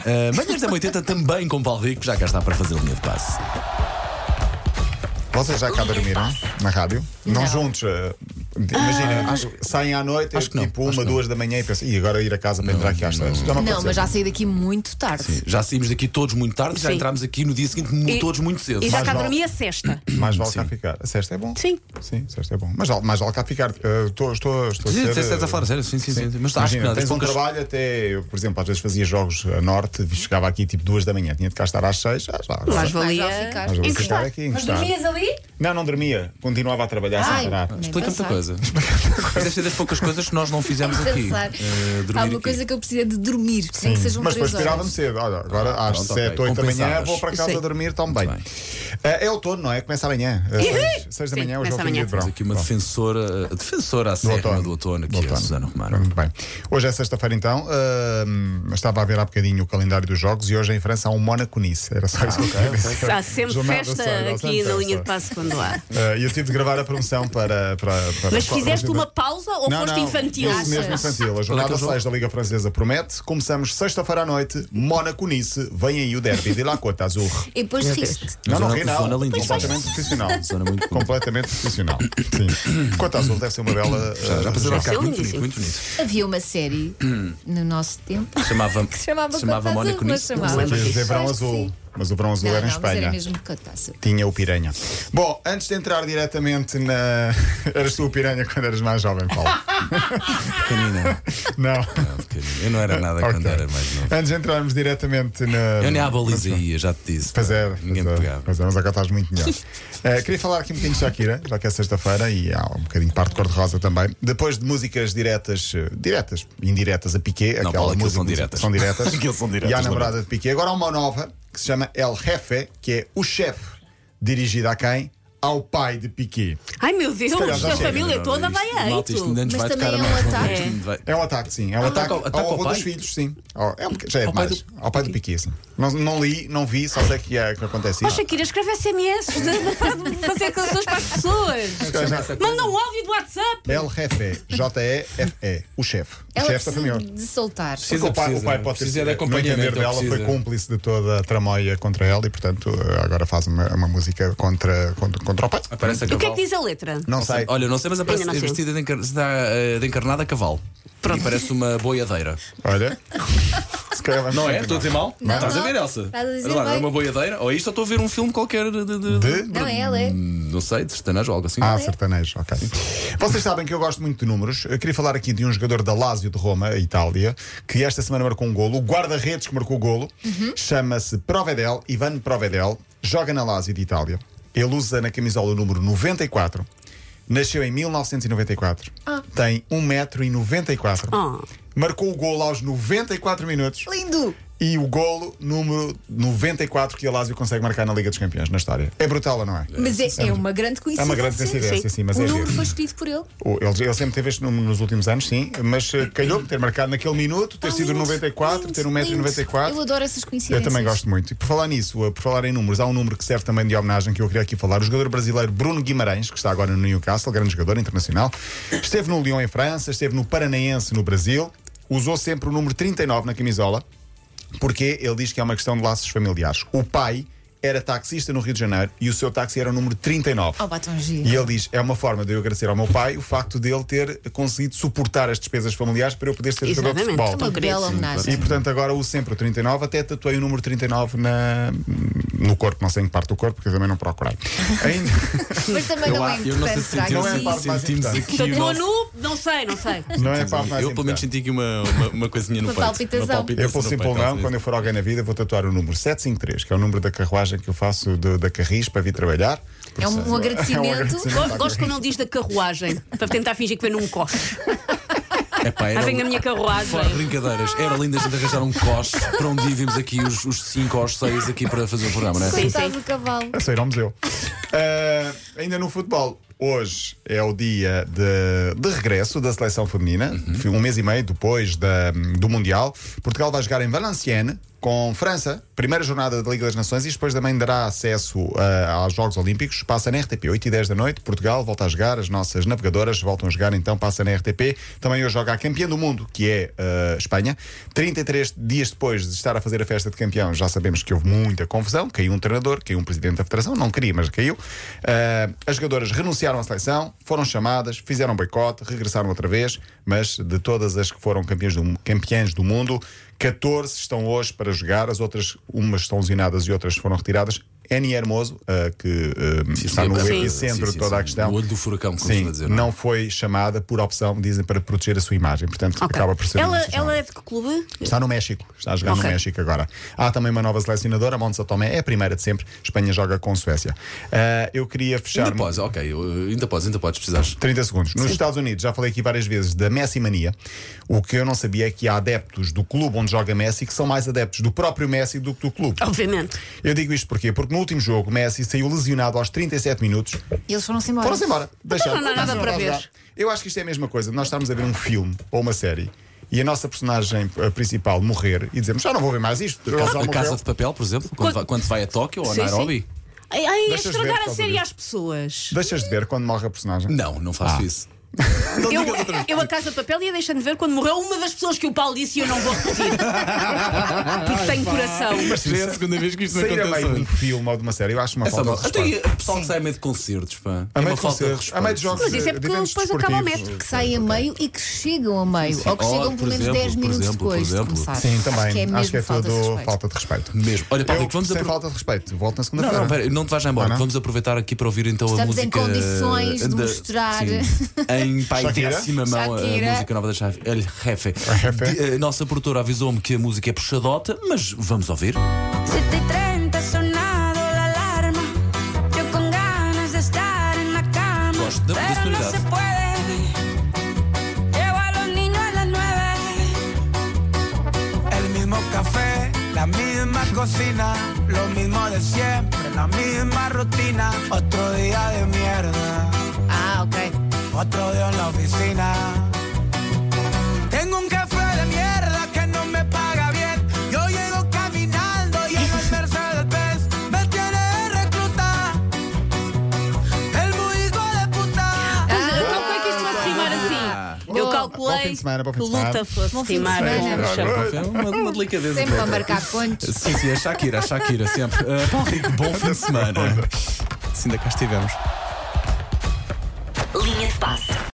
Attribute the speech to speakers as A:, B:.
A: Uh, Manhãs da 80 também com Paulo Rico, já cá está para fazer linha de passe.
B: Vocês já cá dormiram na rádio? Não, juntos. eh, Imagina, acho que saem à noite,
A: Acho que não,
B: tipo
A: acho
B: uma,
A: que não.
B: duas da manhã e pensam, e agora ir a casa para entrar aqui às três. Já me
C: Não,
B: aconteceu.
C: mas já saí daqui muito tarde.
A: Já saímos daqui todos muito tarde, já
D: Sim.
A: entramos aqui no dia seguinte
B: Um
A: mu- todos muito cedo.
D: E já
B: Mais
D: cá
B: vale.
D: dormi a sexta.
B: Mais vale cá ficar. A sexta é bom.
D: Sim.
B: Sim, sexta é bom. Mas vale- mais vale cá ficar. Eh, Estou, estou, estou a
A: Sim,
B: ser,
A: sim, estás a
B: eh,
A: falar sério, sim, sim, sim. Mas acho que
B: Imagina,
A: não, das
B: tens um
A: poucas-
B: trabalho até, eu, por exemplo, às vezes fazia jogos a norte, chegava aqui tipo duas da manhã, tinha de cá estar às seis, ah, já,
D: Mas
B: já-
C: Mas
D: valia.
C: já ficar.
B: já vou
D: encostar.
B: ficar aqui,
D: Mas
B: encostar.
D: dormias ali?
B: Não, não dormia, continuava a trabalhar
C: Ai,
B: sem parar.
C: nem
A: Explica-me outra
C: pensar.
A: coisa. Deve ser das poucas coisas que nós não fizemos aqui.
C: Pensar.
A: Eh, dormir
C: Há uma
A: aqui.
C: coisa que eu preciso é de dormir, nem que
D: um
C: sejam
B: Mas depois
C: três
B: tirava-me
C: horas.
B: cedo. Olha, agora às
A: Ah, pronto,
B: 7,
A: ok.
B: 8 da manhã
A: Compensavas.
B: vou para casa
D: Sim.
B: dormir também.
A: Muito bem.
B: Eh, É outono, não é? Começa amanhã. às seis- seis da
D: Sim,
B: manhã, hoje é o último
D: começa
B: dia
D: amanhã.
B: de
A: Temos
B: verão.
A: aqui uma
B: Bom.
A: defensora, a defensora à
B: outono.
A: serra do outono,
B: Do
A: que é a
B: outono.
A: Susana Romano.
B: Muito bem. Hoje é sexta-feira, então. Ahm, estava a ver há bocadinho o calendário dos jogos e hoje em França há um Mónaco-Nice. Era
A: Ah,
B: só isso que eu queria dizer.
D: Há sempre
B: Jornada
D: festa
B: só, há
D: aqui
B: sempre
D: na linha
B: festa.
D: de passo quando há.
B: Ah, E eu tive de gravar a promoção para. para, para
D: Mas
B: para-
D: fizeste
B: para-
D: uma pausa ou
B: Não,
D: foste
B: não,
D: infantil?
B: Isso mesmo, infantil. A
A: que é
B: jornada
A: o jogo?
B: 6 da Liga Francesa promete. Começamos sexta-feira à noite, Mónaco-Nice. Vem aí o derby de La Côte Azul.
C: E depois riste.
B: Não, não,
A: Zona-
B: ri não.
A: zona linda.
B: Completamente profissional.
A: Susana, muito bom.
B: Completamente profissional. Sim. Côte Azul deve ser uma bela. ah,
A: Já passou
B: jornada.
A: a ficar muito bonito,
D: lindíssimo.
A: muito bonito.
C: Havia uma série no nosso tempo
A: Chamava,
C: que se chamava
A: chamava
C: Contas
A: Mónica
C: Azul, mas
A: Nisso.
C: chamava.
B: Quer dizer,
C: Acho
B: verão
C: que
B: azul.
C: sim.
B: Mas o verão azul
C: Não,
B: era em
C: não, mas
B: Espanha.
C: era mesmo Contas Azul.
B: Tinha o piranha. Bom, antes de entrar diretamente na. Eras tu o piranha quando eras mais jovem, Paulo?
A: Pequenina.
B: Não.
A: Eu não era nada quando
B: Ok.
A: era mais novo.
B: Antes de entrarmos diretamente na.
A: Eu nem à baliza ia, já te disse.
B: Pois é,
A: pá. Ninguém me
B: pois é,
A: pegava.
B: pois é, mas agora estás muito melhor. Eh, queria falar aqui um bocadinho de Shakira, já que é sexta-feira e há um bocadinho de parte de cor-de-rosa também. Depois de músicas diretas, eh, diretas, indiretas a Piqué,
A: Não,
B: aquela
A: Paulo, aquilo
B: música
A: são diretas.
B: são diretas.
A: Aquilo são diretas, é?
B: E à
A: lembra?
B: namorada de Piqué. Agora há uma nova que se chama El Jefe, que é o chefe, dirigida a quem? Ao pai de Piqué.
D: Ai meu Deus,
B: calhar já
D: a
B: chega,
D: família toda vai a
A: Malta, isto
D: eito.
A: ainda nos
C: Mas
A: vai
C: também
A: tocar a
C: é um
A: mais
C: ataque.
A: isto ainda vai-
B: É um ataque, sim. É um
A: Ah, Ataque
B: ataque,
A: ao- ataque ao
B: avô
A: pai?
B: dos filhos, sim. Ao- é um boca- já é
A: Ao pai
B: demais.
A: do-
B: Ao pai do Piqué, sim. Não, não li, não vi, só sei que, é, que acontece
D: Ó
B: isso.
D: Shakira, escreve SMS de- de fazer canções para as pessoas. Manda um áudio do WhatsApp.
B: El Jefe, J-E-F-E, o chefe. O
C: Ela
B: chefe da
C: precisa
B: família.
C: de soltar.
A: Sim.
B: Porque o pai, o
A: Precisa,
B: pai pode
A: precisa de
B: ter sido, no
A: acompanhamento,
B: entender dela,
A: precisa.
B: foi cúmplice de toda a tramóia contra ela e, portanto, agora faz uma, uma música contra, contra, contra o pai.
A: Aparece a
D: E o que é
A: cavalo.
D: que diz a letra?
B: Não sei.
A: Olha, não sei, mas aparece
D: Ainda não sei.
A: vestida de, encar- está, eh, de encarnada a cavalo. E parece uma boiadeira.
B: Olha. Se calhar vai
A: Não é?
B: continuar.
A: Estou a dizer mal?
C: Não,
A: Estás a
C: não.
A: ver, Elsa?
C: Estás a dizer
A: Olha lá,
C: bem.
A: é uma boiadeira? Ou é isto ou estou a ver um filme qualquer de. de-
B: De?
C: Não, é ela é.
A: Não sei, de sertanejo ou algo assim.
B: Ah, sertanejo, ok. Vocês sabem que eu gosto muito de números. Eu queria falar aqui de um jogador da Lazio de Roma, a Itália, que esta semana marcou um golo. O guarda-redes que marcou o golo chama-se Provedel, Ivan Provedel, joga na Lazio de Itália. Ele usa na camisola o número 94. Nasceu em 1994. Tem 1,94m.
D: Ah.
B: Marcou o golo aos 94 minutos.
C: Lindo!
B: E o golo número 94 que a Lazio consegue marcar na Liga dos Campeões, na história. É brutal, ou não é?
C: Mas é, é uma grande coincidência.
B: É uma grande coincidência, sim, mas
C: o
B: é
C: número
B: giro.
C: foi escolhido por ele.
B: O- Ele, ele sempre teve este número nos últimos anos, sim, mas eh, calhou ter marcado naquele minuto, ter
C: Pá,
B: sido
C: lindo,
B: 94, ter
C: lindo, lindo. Eu
B: 1,94m.
C: adoro essas
B: Eu
C: coincidências.
B: também gosto muito. E por falar nisso, eh, por falar em números, há um número que serve também de homenagem que eu queria aqui falar. O jogador brasileiro Bruno Guimarães, que está agora no Newcastle, grande jogador internacional, esteve no Lyon em França, esteve no Paranaense no Brasil, usou sempre o número 39 na camisola, porque ele diz que é uma questão de laços familiares. O pai era taxista no Rio de Janeiro e o seu táxi era o número 39.
C: Oh, batom giro.
B: E ele diz: é uma forma de eu agradecer ao meu pai o facto de ele ter conseguido suportar as despesas familiares para eu poder ser jogador de
D: Exatamente.
B: futebol.
C: É Uma
D: Tão querido.
C: bela homenagem.
B: E portanto agora uso sempre o 39, até tatuei o número 39 na, no corpo, não sei em que parte do corpo, porque eu também não procurei. Ainda,
C: Mas também
B: Eu
C: não é
B: acho-
A: Eu não sei
C: importante
A: se assim. sentimos,
C: será que
B: Não é a parte mais
A: sentimos
B: importante.
A: aqui.
D: Portanto,
A: o
D: vou
A: nosso-
D: Então, nu, não sei, não sei.
B: não é a parte mais
A: Eu pelo menos
B: importante.
A: senti aqui uma, uma, uma coisinha no
C: Uma
A: peito.
C: palpitação.
B: Eu fosse
A: no
B: simples
A: peito,
B: não,
A: às
B: quando eu for alguém na vida, vou tatuar o número 753, que é o número da carruagem que eu faço do- da Carris para vir trabalhar.
C: É um, um agradecimento.
D: Gosto, gosto quando ele diz da carruagem, para tentar fingir que vem num coche.
A: vezes. Epá,
B: É
A: era
D: Ah, vem
A: um-
D: na minha
A: Fora de
D: carruagem.
A: brincadeiras, era lindo a gente arranjar um coche para um dia vimos aqui os, os cinco ou os seis aqui para fazer o programa, não é?
D: Sim,
C: Coitado
D: sim.
C: do cavalo.
B: A sair ao museu. Ah, ainda no futebol, hoje é o dia de, de regresso da seleção feminina, um mês e meio depois da- do Mundial. Portugal vai jogar em Valenciennes. com França, primeira jornada da Liga das Nações e depois também dará acesso ah, aos Jogos Olímpicos. Passa na RTP 8 e 10 da noite. Portugal volta a jogar, as nossas navegadoras voltam a jogar, então passa na RTP. Também hoje joga a campeã do mundo, que é ah, Espanha. 33 dias depois de estar a fazer a festa de campeão, já sabemos que houve muita confusão. Caiu um treinador, caiu um presidente da federação, não queria, mas caiu. Ah, as jogadoras renunciaram à seleção, foram chamadas, fizeram boicote, regressaram outra vez, mas de todas as que foram campeãs do, campeãs do mundo, 14 estão hoje para jogar, as outras, umas estão usinadas e outras foram retiradas. Eni Hermoso, ah, que ah, está no
A: Sim.
B: epicentro
A: Sim,
B: de
A: sim,
B: toda a
A: sim.
B: questão.
A: O olho do furacão, como se
B: Sim,
A: vai dizer. é?
B: não foi chamada por opção, dizem, para proteger a sua imagem. Portanto,
D: Ok.
B: acaba por ser. uma
D: ela, ela é de que clube?
B: Está no México, está a jogar
D: Ok.
B: no México agora. Há também uma nova selecionadora, a Montes Tomé, é a primeira de sempre. Espanha joga com Suécia. Ah, eu queria fechar.
A: Ainda podes, ok, eu- ainda podes, ainda podes, precisares.
B: 30 segundos. Nos Estados Unidos, já falei aqui várias vezes da Messi Mania. O que eu não sabia é que há adeptos do clube onde joga Messi que são mais adeptos do próprio Messi do que do clube.
D: Obviamente.
B: Eu digo isto porquê? Porque no último jogo, Messi saiu lesionado aos 37 minutos
C: E eles foram-se embora.
B: Foram-se embora. Deixaram.
D: Então não há nada para ver.
B: Eu acho que isto é a mesma coisa. Nós estamos a ver um filme ou uma série e a nossa personagem eh, principal morrer e dizemos já não vou ver mais isto. ele já
A: A
B: morreu."
A: Casa de Papel, por exemplo, quando,
D: Quando-
A: vai, quando vai a Tóquio ou a
D: Sim,
A: Nairobi?
D: sim. Ai, ai, é
B: Deixas ver por
D: estragar a
B: causa
D: série
B: disso.
D: às pessoas.
B: Deixas de ver quando morre a personagem.
A: Não, não faço isso.
B: Ah. Não
D: Eu,
B: digas outra vez.
D: eu a Casa de Papel ia deixando de ver quando morreu uma das pessoas que o Paulo disse e eu não vou repetir. Porque tenho coração.
A: Já é a segunda vez que isto
B: Sair a meio de um filme ou de uma série, eu acho uma
A: É só
B: falta
A: mal.
B: de
A: Até
B: respeito.
A: o pessoal que sai a meio de concertos, pá. É
B: A meio
A: uma
B: de
A: falta de
B: concertos,
A: respeito.
B: a meio de jogos.
D: Mas isso é porque
B: de eventos
D: depois acaba o
B: desportivos.
D: metro.
C: Que saem a meio e que chegam a meio.
A: Sim,
C: Ou que
A: sim.
C: chegam
A: Oh,
C: pelo
A: por
C: menos
A: exemplo,
C: 10
A: por
C: minutos
A: exemplo, por
C: depois de
A: exemplo.
C: começar.
B: Sim, também.
C: Acho que é mesmo
B: Acho que é
C: falta de
B: tudo
C: respeito.
B: falta de respeito.
A: Mesmo. Olha, Paulo,
B: Eu,
A: que vamos
B: sem
A: apro-
B: falta de respeito, volto na
A: Não,
B: segunda-feira.
A: não, pera, não te vais já embora.
B: Ah, não?
A: Vamos aproveitar aqui para ouvir então
C: Estamos
A: a música.
C: em condições de
A: da-
C: mostrar.
A: Sim. em
B: Shakira?
A: paidíssima mão a
C: Shakira.
A: música nova da Chave. El Jefe.
B: Jefe.
A: De- A nossa produtora avisou-me que a música é puxadota, mas vamos ouvir.
E: 7:30 ha sonado la alarma. Yo con ganas de estar en la cama.
A: Gosto da- da
E: pero no
A: sonoridade.
E: se puede. Llevo a los niños a las nueve.
F: El mismo café, la misma cocina, lo mismo de siempre, la misma rutina. Otro día de mierda,
C: Ah, ok.
F: otro día en la oficina. Tengo un café de mierda que no me paga bien. Yo llego caminando y en el Mercedes Benz me tiene de recluta. El muy hijo de puta.
D: Mas eu calculei é que isto fosse rimar assim. Eu
B: Bom
C: Boa.
B: fim
D: calculei
B: de semana, bom fim
D: que
B: de semana.
D: luta fosse
C: Bom fim de
D: rimar.
C: semana.
D: com chão.
A: É uma, uma delicadeza.
C: Sempre a marcar pontos.
A: Sim, sim, a Shakira, a Shakira, sempre. Ah, Paulo Rico, bom fim de semana. Se ainda cá estivemos.